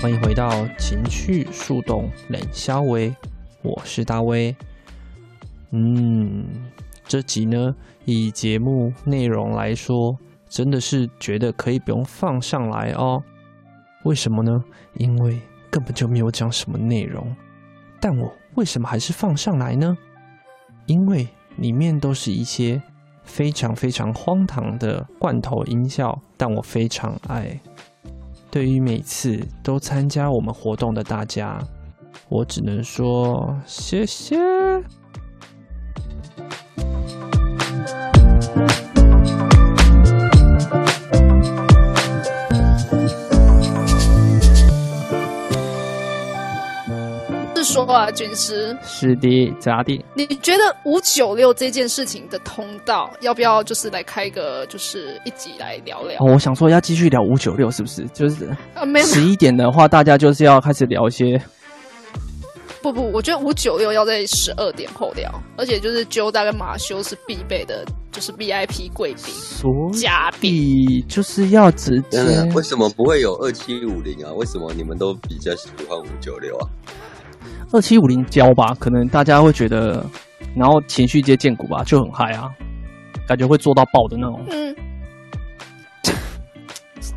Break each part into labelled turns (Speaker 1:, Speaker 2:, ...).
Speaker 1: 欢迎回到情趣树洞冷肖维，我是大威。嗯，这集呢，以节目内容来说，真的是觉得可以不用放上来哦。为什么呢？因为根本就没有讲什么内容。但我为什么还是放上来呢？因为里面都是一些非常非常荒唐的罐头音效，但我非常爱。对于每次都参加我们活动的大家，我只能说谢谢。
Speaker 2: 是说啊，军师，
Speaker 1: 是的，咋地？
Speaker 2: 你觉得五九六这件事情的通道，要不要就是来开个就是一集来聊聊？
Speaker 3: 哦，我想说要继续聊五九六，是不是？就是
Speaker 2: 啊，没有，
Speaker 3: 十一点的话，大家就是要开始聊一些
Speaker 2: 不不，我觉得五九六要在十二点后聊，而且就是揪大跟马修是必备的，就是 VIP 贵宾
Speaker 3: 所
Speaker 2: 嘉宾。
Speaker 3: 以就是要直接
Speaker 4: 真的 为什么不会有二七五零啊？为什么你们都比较喜欢五九六啊？
Speaker 3: 二七五零交吧，可能大家会觉得，然后情绪接见骨吧，就很嗨啊，感觉会做到爆的那种，
Speaker 2: 嗯，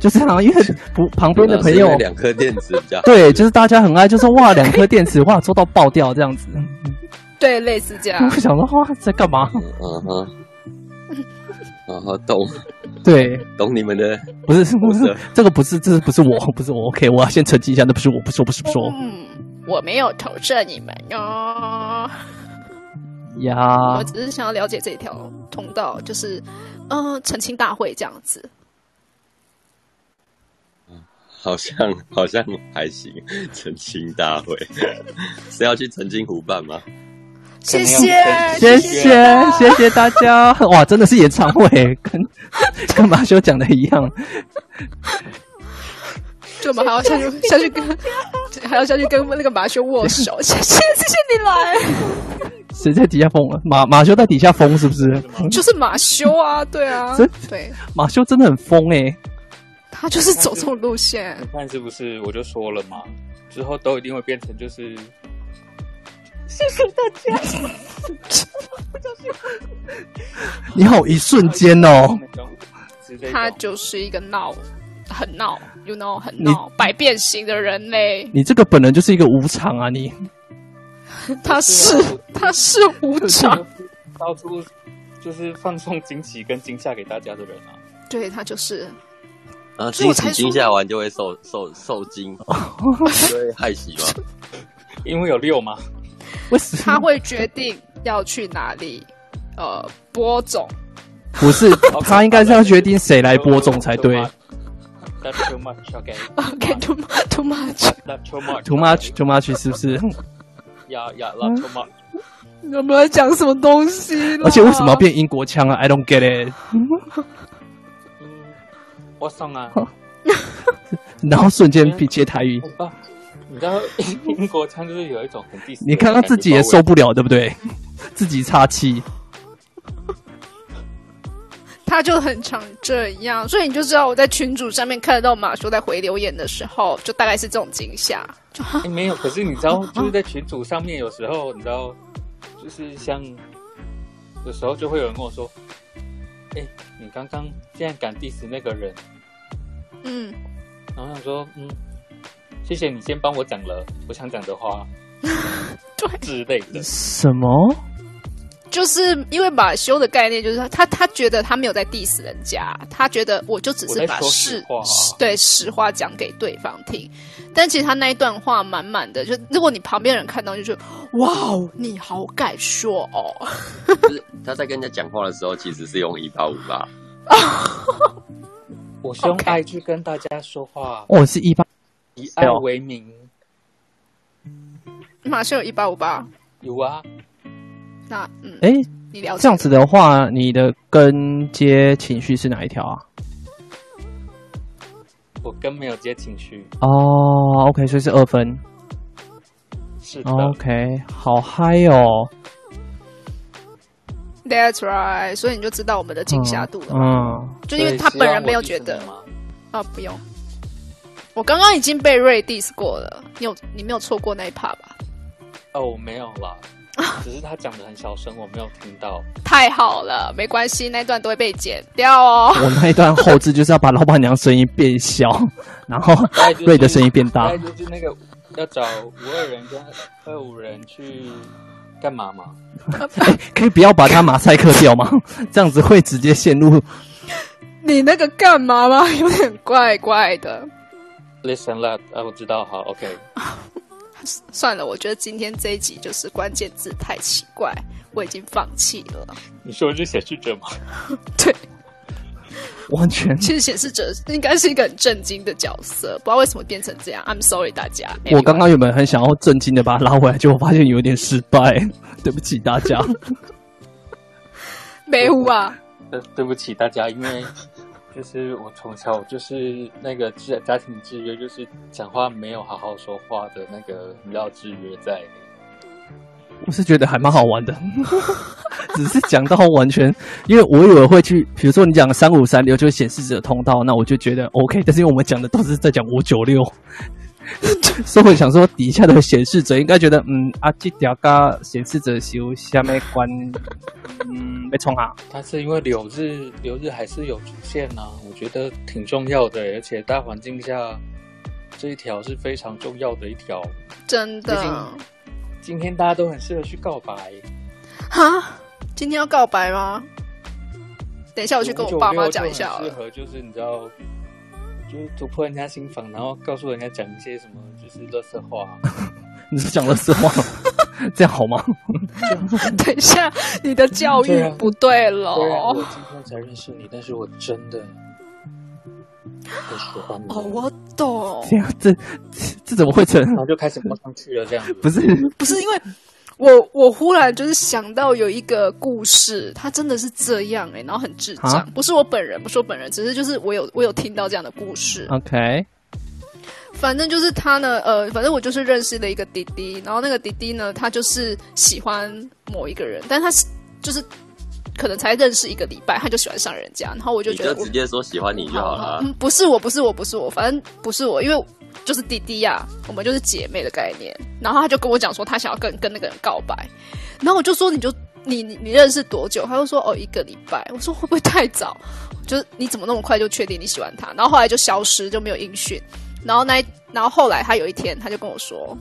Speaker 3: 就这样，因为不旁边的朋友
Speaker 4: 是因为，两颗电池比较
Speaker 3: 对，就是大家很爱，就说哇，两颗电池哇，做到爆掉这样子，
Speaker 2: 对，类似这样
Speaker 3: 我。想说哇，在干嘛？
Speaker 4: 嗯嗯哼， 然后懂
Speaker 3: 对，
Speaker 4: 懂你们的，
Speaker 3: 不 是，不
Speaker 4: 不
Speaker 3: 是
Speaker 4: 是，
Speaker 3: 这个不是，这不是我， 不是我，OK，我要先澄清一下，那不是我，不是我，不是，不是我
Speaker 2: 嗯，我没有投射你们哦。
Speaker 3: 呀
Speaker 2: 我，只是想要了解这条通道，就是，嗯、澄清大会这样子。
Speaker 4: 好像好像还行。 澄清大会 是要去澄清湖畔吗？
Speaker 2: 谢谢，
Speaker 3: 谢谢，谢谢大家，哇，真的是演唱会， 跟跟马修讲的一样，
Speaker 2: 就我们还要下去下去跟， 还要下去跟那个马修握手。 谢谢，谢谢你来，
Speaker 3: 谁在底下疯了？马马修在底下疯是不 是？
Speaker 2: 就是马修啊，对 啊
Speaker 3: 真，
Speaker 2: 对
Speaker 3: 马修真的很疯哎、
Speaker 2: 他就是走这种路线。
Speaker 5: 你看是不是？我就说了嘛，之后都一定会变成就是
Speaker 3: 你好，一瞬间哦，
Speaker 5: 那种之类 的
Speaker 2: 他就是一个闹，很闹，you know，很
Speaker 3: 你
Speaker 2: 闹，百变型的人类。
Speaker 3: 你这个本人就是一个无常啊，你
Speaker 2: 他 是他是无常，
Speaker 5: 到处就是放送惊喜跟惊吓给大家的人啊。
Speaker 2: 对他就是所
Speaker 4: 啊，
Speaker 2: 以
Speaker 4: 惊
Speaker 2: 我才
Speaker 4: 喜
Speaker 2: 说
Speaker 4: 惊吓完就会受受受惊，
Speaker 3: 哦
Speaker 4: 就会害喜吗？
Speaker 5: 因为有六嘛，
Speaker 3: 为什
Speaker 2: 他
Speaker 3: 么？
Speaker 2: 会决定要去哪里，呃，播种。
Speaker 3: 不 是，他应该是要决定谁来播种才 对。
Speaker 5: That's too much, OK.
Speaker 2: OK, too much, too much。
Speaker 5: That's too much.
Speaker 3: Too much, too much，是不是？
Speaker 5: Yeah, yeah, that's too much.
Speaker 2: 有没有讲什么东西啦？
Speaker 3: 而且为什么要变英国腔啊？I don't get it。Hmm.
Speaker 5: 嗯，我送啊。
Speaker 3: 然后瞬间比接台 语，
Speaker 5: 啊，你知道英国腔就是有一种很第四，
Speaker 3: 你看他自己也受不了，对不对？ 自己岔气，
Speaker 2: 他就很常这样，所以你就知道我在群主上面看得到马叔在回留言的时候，就大概是这种惊吓。
Speaker 5: 哎、没有，可是你知道，就是在群组上面，有时候你知道，就是像有时候就会有人跟我说：“哎、你刚刚竟然敢 diss 那个人。
Speaker 2: 嗯，”
Speaker 5: 然后我想说：“嗯，谢谢你先帮我讲了我想讲的话
Speaker 2: 对，
Speaker 5: 之类的。
Speaker 3: 什么？
Speaker 2: 就是因为马修的概念就是他他他觉得他没有在 diss 人家，他觉得我就只是把
Speaker 5: 我在说
Speaker 2: 事
Speaker 5: 实话啊
Speaker 2: 实对实话讲给对方听，但其实他那一段话满满的，就如果你旁边人看到，就是哇哦，你好敢说哦，
Speaker 4: 就是他在跟人家讲话的时候，其实是用一八五八。
Speaker 5: 我是用
Speaker 2: OK
Speaker 5: 爱去跟大家说话，
Speaker 3: 哦，是一八
Speaker 5: 以爱为名。
Speaker 2: 马上有一八五八，
Speaker 5: 有啊，
Speaker 2: 那嗯，
Speaker 3: 哎，
Speaker 2: 你了解
Speaker 3: 这样子的话，你的跟接情绪是哪一条啊？
Speaker 5: 我跟没有接情绪。
Speaker 3: 哦，OK，所以是二分。
Speaker 5: 是的，
Speaker 3: 哦 OK，好嗨哦！
Speaker 2: ，That's right，所以你就知道我们的惊吓
Speaker 5: 啊
Speaker 2: 度了嘛，
Speaker 3: 嗯，
Speaker 2: 就因为
Speaker 5: 所以
Speaker 2: 他
Speaker 5: 希
Speaker 2: 本
Speaker 5: 望
Speaker 2: 人
Speaker 5: 我
Speaker 2: 没有
Speaker 5: 迪
Speaker 2: 觉
Speaker 5: 士尼
Speaker 2: 得
Speaker 5: 吗
Speaker 2: 啊，不用。我刚刚已经被瑞 diss 过了，你有你没有错过那一趴吧？
Speaker 5: 哦，我没有啦，只是他讲的很小声，我没有听到。
Speaker 2: 太好了，没关系，那一段都会被剪掉哦。
Speaker 3: 嗯我那一段后置就是要把老板娘声音变小， 然后
Speaker 5: 大哎概就是哎
Speaker 3: 瑞的声音变大
Speaker 5: 大概就是那个要找五二人跟二五人去干嘛嘛？
Speaker 3: 可以不要把他马赛克掉吗？ 这样子会直接陷入
Speaker 2: 你那个干嘛吗？有点怪怪的。
Speaker 5: Listen l o u 啊，我知道，好，OK，
Speaker 2: 算了，我觉得今天这一集就是关键字太奇怪，我已经放弃了。
Speaker 5: 你说的是显示者吗？
Speaker 2: 对，
Speaker 3: 完全。
Speaker 2: 其实显示者应该是一个很震惊的角色，不知道为什么变成这样。I'm sorry，大家。
Speaker 3: 我刚刚原本很想要震惊的把他拉回来，结果发现有点失败，对不起大家。
Speaker 2: 没有啊，
Speaker 5: 对，呃对不起大家，因为就是我从小就是那个家家庭制约，就是讲话没有好好说话的那个你知道制约在。
Speaker 3: 我是觉得还蛮好玩的， 只是讲到完全，因为我以为会去，比如说你讲三五三六就是显示者通道，那我就觉得 OK，但是因为我们讲的都是在讲五九 六，所以我想说底下的显示者应该觉得，嗯，啊，这条跟显示者修下面关，嗯，被冲啊，
Speaker 5: 但是因为留日留日还是有出现呐、我觉得挺重要的，欸而且大环境下这一条是非常重要的一条。
Speaker 2: 真的
Speaker 5: 毕竟今天大家都很适合去告白，
Speaker 2: 哈，今天要告白吗？等一下，我去跟我爸妈讲一下好
Speaker 5: 596就很适
Speaker 2: 了。
Speaker 5: 合就是你知道，就是突破人家心房，然后告诉人家讲一些什么就是乐色话。
Speaker 3: 你是讲了实话 吗，这样好吗？
Speaker 2: 等一下，你的教育
Speaker 5: 对啊
Speaker 2: 不对了。
Speaker 5: 虽然我今天才认识你，但是我真的很喜欢你。
Speaker 2: 哦，我懂
Speaker 3: 这，样这这这怎么会成？
Speaker 5: 然后就开始摸上去了，这样子。
Speaker 3: 不是
Speaker 2: 不是因为我，我忽然就是想到有一个故事，它真的是这样哎、然后很智
Speaker 3: 啊
Speaker 2: 障，不是我本人，不是我本人，只是就是我有我有听到这样的故事。
Speaker 4: 啊
Speaker 3: OK，
Speaker 2: 反正就是他呢，呃，反正我就是认识了一个弟弟，然后那个弟弟呢，他就是喜欢某一个人，但他是就是可能才认识一个礼拜，他就喜欢上人家，然后我就
Speaker 4: 你
Speaker 2: 觉
Speaker 4: 就
Speaker 2: 得我
Speaker 4: 直接说喜欢你就好了。啊
Speaker 2: 嗯，不是我，不是我，不是我，反正不是我，因为就是弟弟呀、我们就是姐妹的概念。然后他就跟我讲说，他想要跟跟那个人告白，然后我就说你就你你你认识多久？他就说哦一个礼拜。我说会不会太早？就是你怎么那么快就确定你喜欢他？然后后来就消失，就没有音讯。然后那一然后后来他有一天他就跟我说，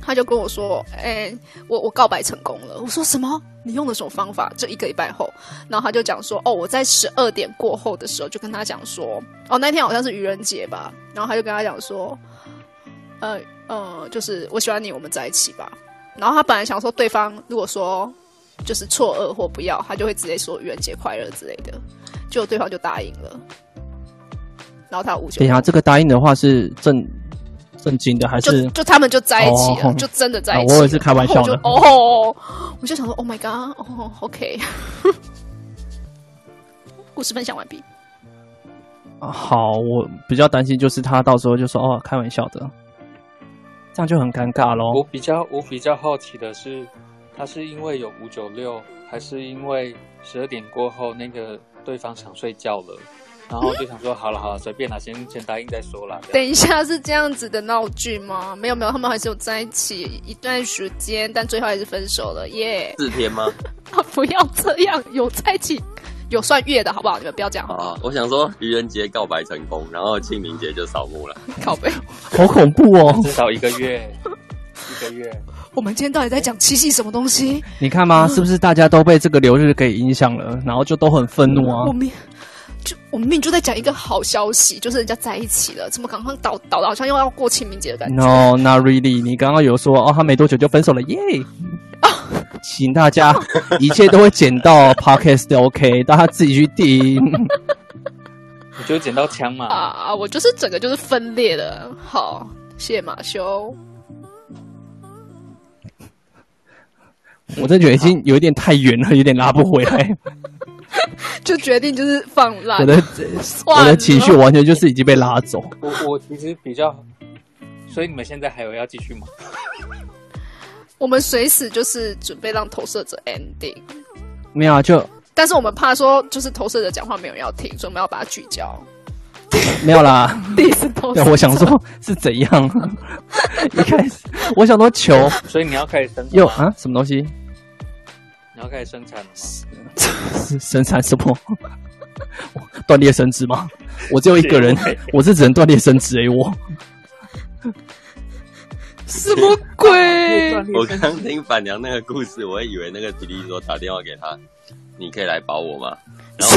Speaker 2: 他就跟我说，哎、我我告白成功了。我说什么？你用的什么方法？就一个礼拜后，然后他就讲说，哦，我在十二点过后的时候就跟他讲说，哦，那天好像是愚人节吧，然后他就跟他讲说，呃呃，就是我喜欢你，我们在一起吧。然后他本来想说，对方如果说就是错愕或不要，他就会直接说愚人节快乐之类的，结果对方就答应了。然后他无
Speaker 3: 等一哎下这个答应的话是正正经的还
Speaker 2: 就是就他们就在一起了，
Speaker 3: 哦
Speaker 2: 就真的在一起
Speaker 3: 啊我
Speaker 2: 了、
Speaker 3: 以为是开玩笑的
Speaker 2: 然后我就哦，我就想说，Oh my god，哦，OK、o k 故事分享完毕。
Speaker 3: 啊好，我比较担心就是他到时候就说哦，开玩笑的，这样就很尴尬
Speaker 5: 我
Speaker 3: 咯。
Speaker 5: 比较我比较好奇的是，他是因为有五九六，还是因为十二点过后那个对方想睡觉了，然后就想说好了好了，随便啦，先先答应再说啦。这
Speaker 2: 等
Speaker 5: 样
Speaker 2: 一下是这样子的闹剧吗？没有没有，他们还是有在一起一段时间，但最后还是分手了，耶、
Speaker 4: 四天吗？
Speaker 2: 啊！不要这样，有在一起有算月的好不好？你们不要这样
Speaker 4: 好啊，我想说愚人节告白成功，然后清明节就扫墓了。
Speaker 2: 靠背。
Speaker 3: 好恐怖哦！
Speaker 5: 至少一个月，一个月。
Speaker 2: 我们今天到底在讲七夕什么东西？
Speaker 3: 你看吗？是不是大家都被这个流日给影响了，然后就都很愤怒啊
Speaker 2: 我？们就我们明明就在讲一个好消息，就是人家在一起了，怎么赶快倒倒的好像又要过清明节的感觉？
Speaker 3: No, not really。你刚刚有说哦，他没多久就分手了，耶、请大家一切都会剪到 podcast 的 OK，大家自己去听。
Speaker 5: 你就会捡到枪嘛。
Speaker 2: 啊，我就是整个就是分裂的。好，谢谢马修。
Speaker 3: 我真的觉得已经有一点太远了，有点拉不回来。
Speaker 2: 就决定就是放烂。
Speaker 3: 我 的
Speaker 2: 算
Speaker 3: 我
Speaker 2: 了
Speaker 3: 的情绪完全就是已经被拉走。
Speaker 5: 我我其实比较，所以你们现在还有要继续吗？
Speaker 2: 我们随时就是准备让投射者 ending，
Speaker 3: 没有啊，就
Speaker 2: 但是我们怕说就是投射者讲话没有人要听，所以我们要把它聚焦。
Speaker 3: 没有啦。
Speaker 2: 第一次投
Speaker 3: 对，
Speaker 2: 射 者，
Speaker 3: 我想说 是怎样？啊 一开始我想说球
Speaker 5: 所以你要开始生产
Speaker 3: 又
Speaker 5: 吗，
Speaker 3: 啊什么东西
Speaker 5: 你要开始生产了吗？
Speaker 3: 是生产什么？ 断裂生殖吗？我只有一个人， 我是只能断裂生殖诶、我
Speaker 2: 什么鬼？
Speaker 4: 我刚听板娘那个故事，我以为那个迪丽说打电话给他，你可以来保我吗？然后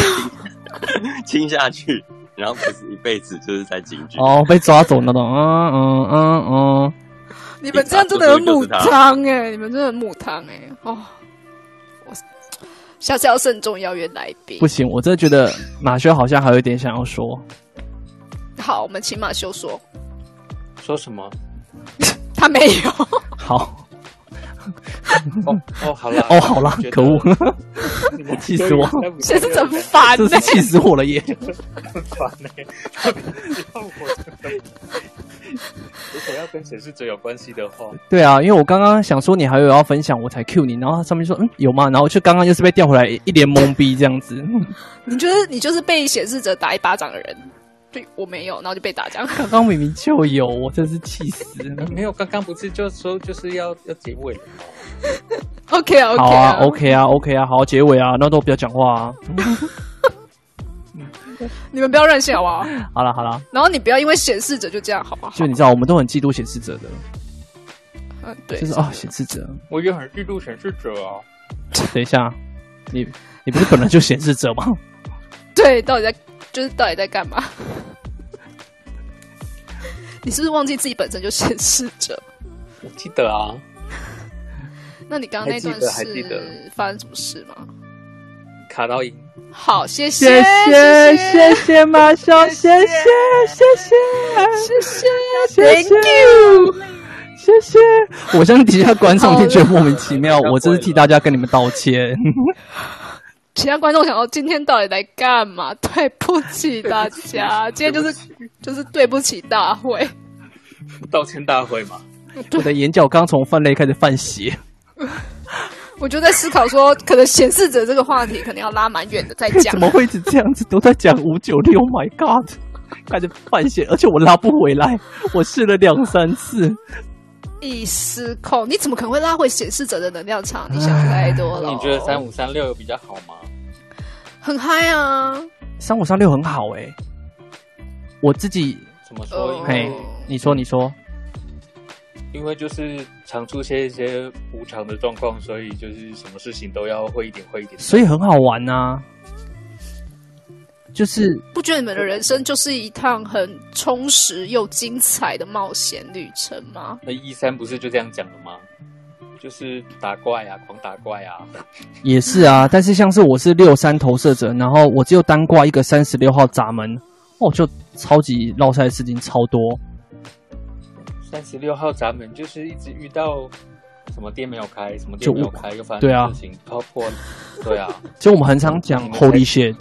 Speaker 4: 亲亲下去，然后不是一辈子就是在警局。
Speaker 3: 哦被抓走那种，嗯嗯嗯嗯，
Speaker 2: 你们这样真的很母汤哎、你们真的很母汤哎、哦，我下次要慎重邀约来宾
Speaker 3: 不。行，我真的觉得马修好像还有一点想要说，
Speaker 2: 好，我们请马修说，
Speaker 5: 说什么？
Speaker 2: 他没有。
Speaker 3: 好
Speaker 5: 哦哦，好了
Speaker 3: 哦好啦
Speaker 5: 我觉得
Speaker 3: 可恶
Speaker 5: 你们
Speaker 3: 气死我
Speaker 5: 对不起
Speaker 2: 先生真烦
Speaker 3: 这
Speaker 2: 呢、
Speaker 3: 是气死我了耶！
Speaker 5: 很烦呢、欸。如果要跟显示者有关系的话，
Speaker 3: 对啊，因为我刚刚想说你还有要分享，我才 Q 你，然后他上面说嗯有吗？然后就刚刚又是被调回来，一脸懵逼这样子。
Speaker 2: 你觉得你就是被显示者打一巴掌的人？对，我没有，然后就被打这样。
Speaker 3: 刚刚明明就有，我真是气死了。
Speaker 5: 没有，刚刚不是就说就是要要结尾了吗？
Speaker 2: OK 啊 OK
Speaker 3: 好啊，OK 啊，OK 啊，好，结尾啊，那都不要讲话啊。
Speaker 2: 你们不要任性好不好？
Speaker 3: 好了好了，
Speaker 2: 然后你不要因为显示者就这样好不好？
Speaker 3: 就你知道，我们都很嫉妒显示者的，
Speaker 2: 嗯，对，
Speaker 3: 就是啊，显示 者，
Speaker 5: 我也很嫉妒显示者啊。
Speaker 3: 等一下，你你不是本来就显示者吗？
Speaker 2: 对，到底在就是到底在干嘛？ 你是不是忘记自己本身就显示者？
Speaker 5: 我记得啊，
Speaker 2: 那你刚刚那段
Speaker 5: 还记得还记
Speaker 2: 是发生什么事吗？
Speaker 5: 卡到赢。
Speaker 2: 好，谢
Speaker 3: 谢
Speaker 2: 谢
Speaker 3: 谢谢谢马修，谢谢谢谢
Speaker 2: 谢谢
Speaker 3: 谢
Speaker 2: ，Thank you。
Speaker 3: 谢谢，我相信底下观众也觉得莫名其妙，
Speaker 5: 了
Speaker 3: 我真是替大家跟你们道歉。
Speaker 2: 其他观众想到今天到底来干嘛？ 对不起大 家，今天就是就是对不起大会。
Speaker 5: 道歉大会嘛，
Speaker 3: 我的眼角刚从泛泪开始泛血，
Speaker 2: 我就在思考说，可能显示者这个话题可能要拉蛮远的再 讲
Speaker 3: 怎。么会一直这样子？都在讲五九六，Oh my God！开始泛血，而且我拉不回来，我试了两三次。
Speaker 2: 一失控，你怎么可能会拉回显示者的能量场？你想太多了。
Speaker 5: 那你觉得三五三六有比较好吗？
Speaker 2: 很嗨啊？
Speaker 3: 三五三六很好哎、我自己
Speaker 5: 怎么说？因
Speaker 3: 嘿
Speaker 5: 为
Speaker 3: 你说你说，
Speaker 5: 因为就是常出现一些无常的状况，所以就是什么事情都要会一点，会一点。
Speaker 3: 所以很好玩呐、就是
Speaker 2: 不觉得你们的人生就是一趟很充实又精彩的冒险旅程吗？
Speaker 5: 那一三不是就这样讲的吗？就是打怪啊，狂打怪啊，
Speaker 3: 也是啊，但是像是我是六三投射者，然后我只有单挂一个三十六号闸门，哦，就超级绕赛的事情超多。
Speaker 5: 三十六号闸门就是一直遇到什么店没有开，什么
Speaker 3: 就
Speaker 5: 店没有开，又发
Speaker 3: 对啊
Speaker 5: 生事情，包括对啊，
Speaker 3: 就我们很常讲
Speaker 5: 嗯
Speaker 3: Holy shit，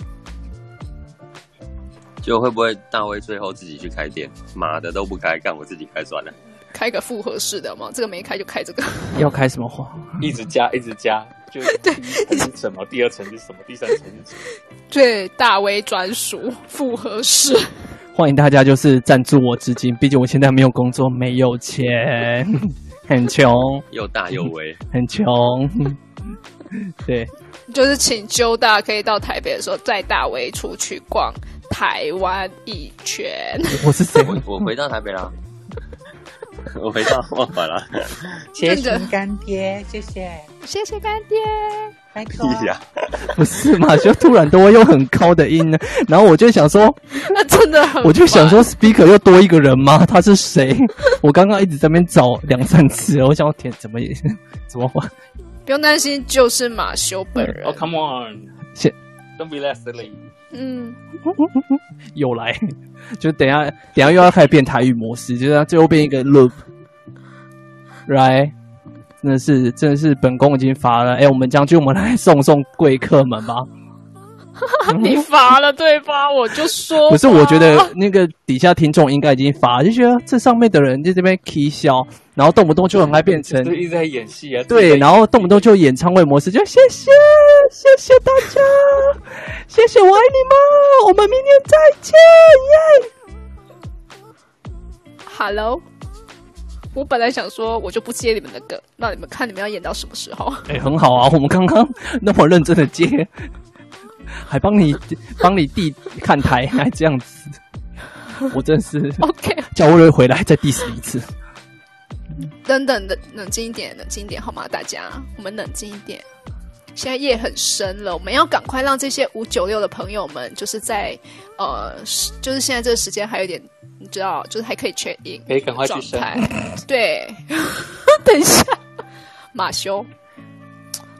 Speaker 4: 就会不会大卫最后自己去开店？妈的都不开，干我自己开算了。
Speaker 2: 开个复合式的嘛，这个没开就开这个。
Speaker 3: 要开什么花？
Speaker 5: 一直加，一直加，就第一层是什么，第二层是什么，第三层是什 么，
Speaker 2: 对，大威专属复合式。
Speaker 3: 欢迎大家就是赞助我资金，毕竟我现在没有工作，没有钱， 很穷，
Speaker 4: 又大又微，
Speaker 3: 很穷。对，
Speaker 2: 就是请揪大可以到台北的时候载大威出去逛台湾一圈。
Speaker 3: 我是 谁？
Speaker 4: 我我回到台北啦，我回到万华啦。
Speaker 6: 谢
Speaker 2: 真
Speaker 6: 谢
Speaker 2: 的
Speaker 6: 干爹，谢谢，
Speaker 2: 谢谢干爹，
Speaker 6: 拜托。
Speaker 4: 屁呀、
Speaker 3: 不是嘛？就突然都会用很高的音呢，然后我就想说，
Speaker 2: 那 真的很，
Speaker 3: 我就想，说，speaker 又多一个人吗？ 他是谁？我刚刚一直在那边找两三次了，我想，天，怎么也 怎么换？
Speaker 2: 不用担心，就是马修本人。
Speaker 5: 哦、c o m e on，
Speaker 3: 谢
Speaker 5: ，Don't be less silly，
Speaker 2: 嗯，
Speaker 3: 又来， 就等一下等一下又要开始变台语模式，就是它最后变一个 loop，right？真的是真的是本宫已经乏了，哎、我们将军，我们来送送贵客们吧。
Speaker 2: 你乏了对吧？我就 说，
Speaker 3: 可是我觉得那个底下听众应该已经乏了，就觉得这上面的人在这边 k 笑，然后动不动就很爱变 成
Speaker 5: 就一直在演戏啊。
Speaker 3: 对，
Speaker 5: 然后
Speaker 3: 然后动不动就演唱会模式，就谢谢谢谢大家，谢谢我爱你们，我们明天再见耶。
Speaker 2: Hello，我本来想说我就不接你们的梗，让你们看你们要演到什么时 候。
Speaker 3: 哎、很好啊，我们刚刚那么认真的接，还帮你帮你弟看台，还这样子，我真是
Speaker 2: OK，
Speaker 3: 叫威瑞回来再 diss 你一次。
Speaker 2: 等等的，冷静一点，冷静一点好吗？大家，我们冷静一点。现在夜很深了，我们要赶快让这些五九六的朋友们，就是在呃，是就是现在这个时间还有点，你知道，就是还可以 check in，
Speaker 3: 嗯
Speaker 5: 可以赶快去生
Speaker 2: 状态。 对，等一下，马修，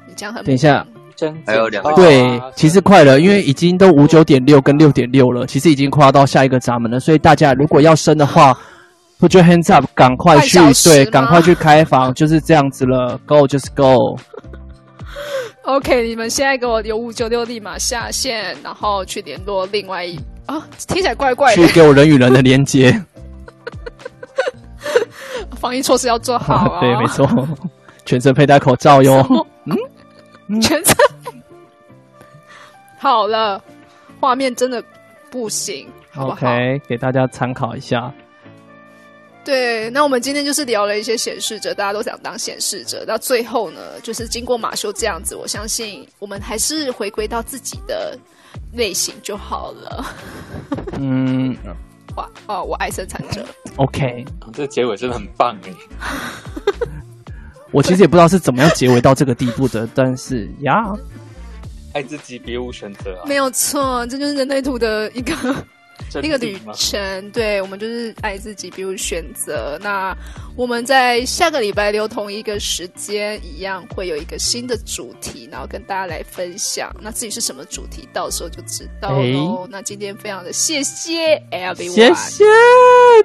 Speaker 2: 你这样很
Speaker 3: 等一下，
Speaker 5: 真
Speaker 4: 还有
Speaker 2: 哦
Speaker 4: 两个
Speaker 5: 啊
Speaker 3: 对，其实
Speaker 5: 真
Speaker 3: 快了，因为已经都五九点六跟六点六了，其实已经快要到下一个闸门了，所以大家如果要升的话。不就 hands up，赶快去
Speaker 2: 半小时
Speaker 3: 对，
Speaker 2: 吗
Speaker 3: 赶快去开 房，就是这样子了。Go 就是 go，
Speaker 2: OK，你们现在给我有五九六立马下线，然后去联络另外一啊，听起来怪怪
Speaker 3: 去
Speaker 2: 的，
Speaker 3: 给我人与人的连 接。
Speaker 2: 防疫措施要做好 啊。
Speaker 3: 对， 没错，嗯全程佩戴口罩哟。
Speaker 2: 全程 好了，画面真的不行，好不好
Speaker 3: OK，给大家参考一下。
Speaker 2: 对，那我们今天就是聊了一些显示者，大家都想当显示者。到最后呢，就是经过马修这样子，我相信我们还是回归到自己的类型就好了。
Speaker 3: 嗯
Speaker 2: 哇哦，我爱生产者，
Speaker 3: ，OK，
Speaker 5: 的这结尾真的很棒哎。
Speaker 3: 我其实也不知道是怎么样结尾到这个地步的，但是呀，
Speaker 5: 爱自己，别无选择啊。
Speaker 2: 没有错，这就是人类图的一个
Speaker 5: 真
Speaker 2: 那个
Speaker 5: 理
Speaker 2: 旅
Speaker 5: 吗
Speaker 2: 程，对我们就是爱自己，比如选择。那我们在下个礼拜六同一个时间一样会有一个新的主题，然后跟大家来分享。那至于是什么主题，到时候就知道喽。那今天非常的谢谢 everyone，
Speaker 3: 谢谢，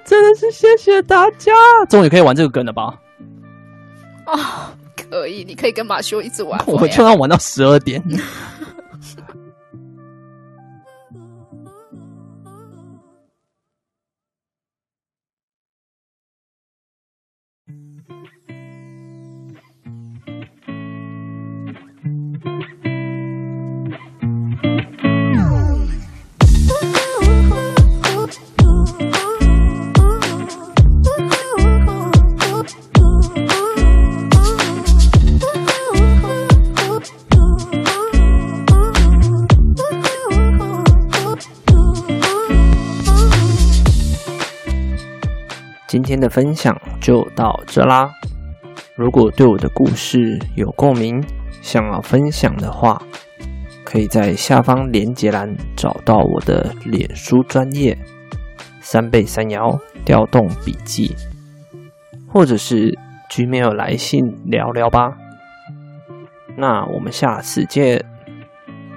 Speaker 3: 真的是谢谢大家，终于可以玩这个梗了吧？，
Speaker 2: 啊、可以，你可以跟马修一 直玩
Speaker 3: 我就要玩到十二点。
Speaker 1: 今天的分享就到这啦。如果对我的故事有共鸣，想要分享的话，可以在下方连结栏找到我的脸书专业“三倍三摇调动笔记”，或者是 Gmail 来信聊聊吧。那我们下次见，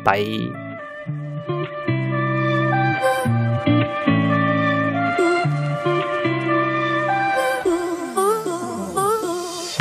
Speaker 1: 拜。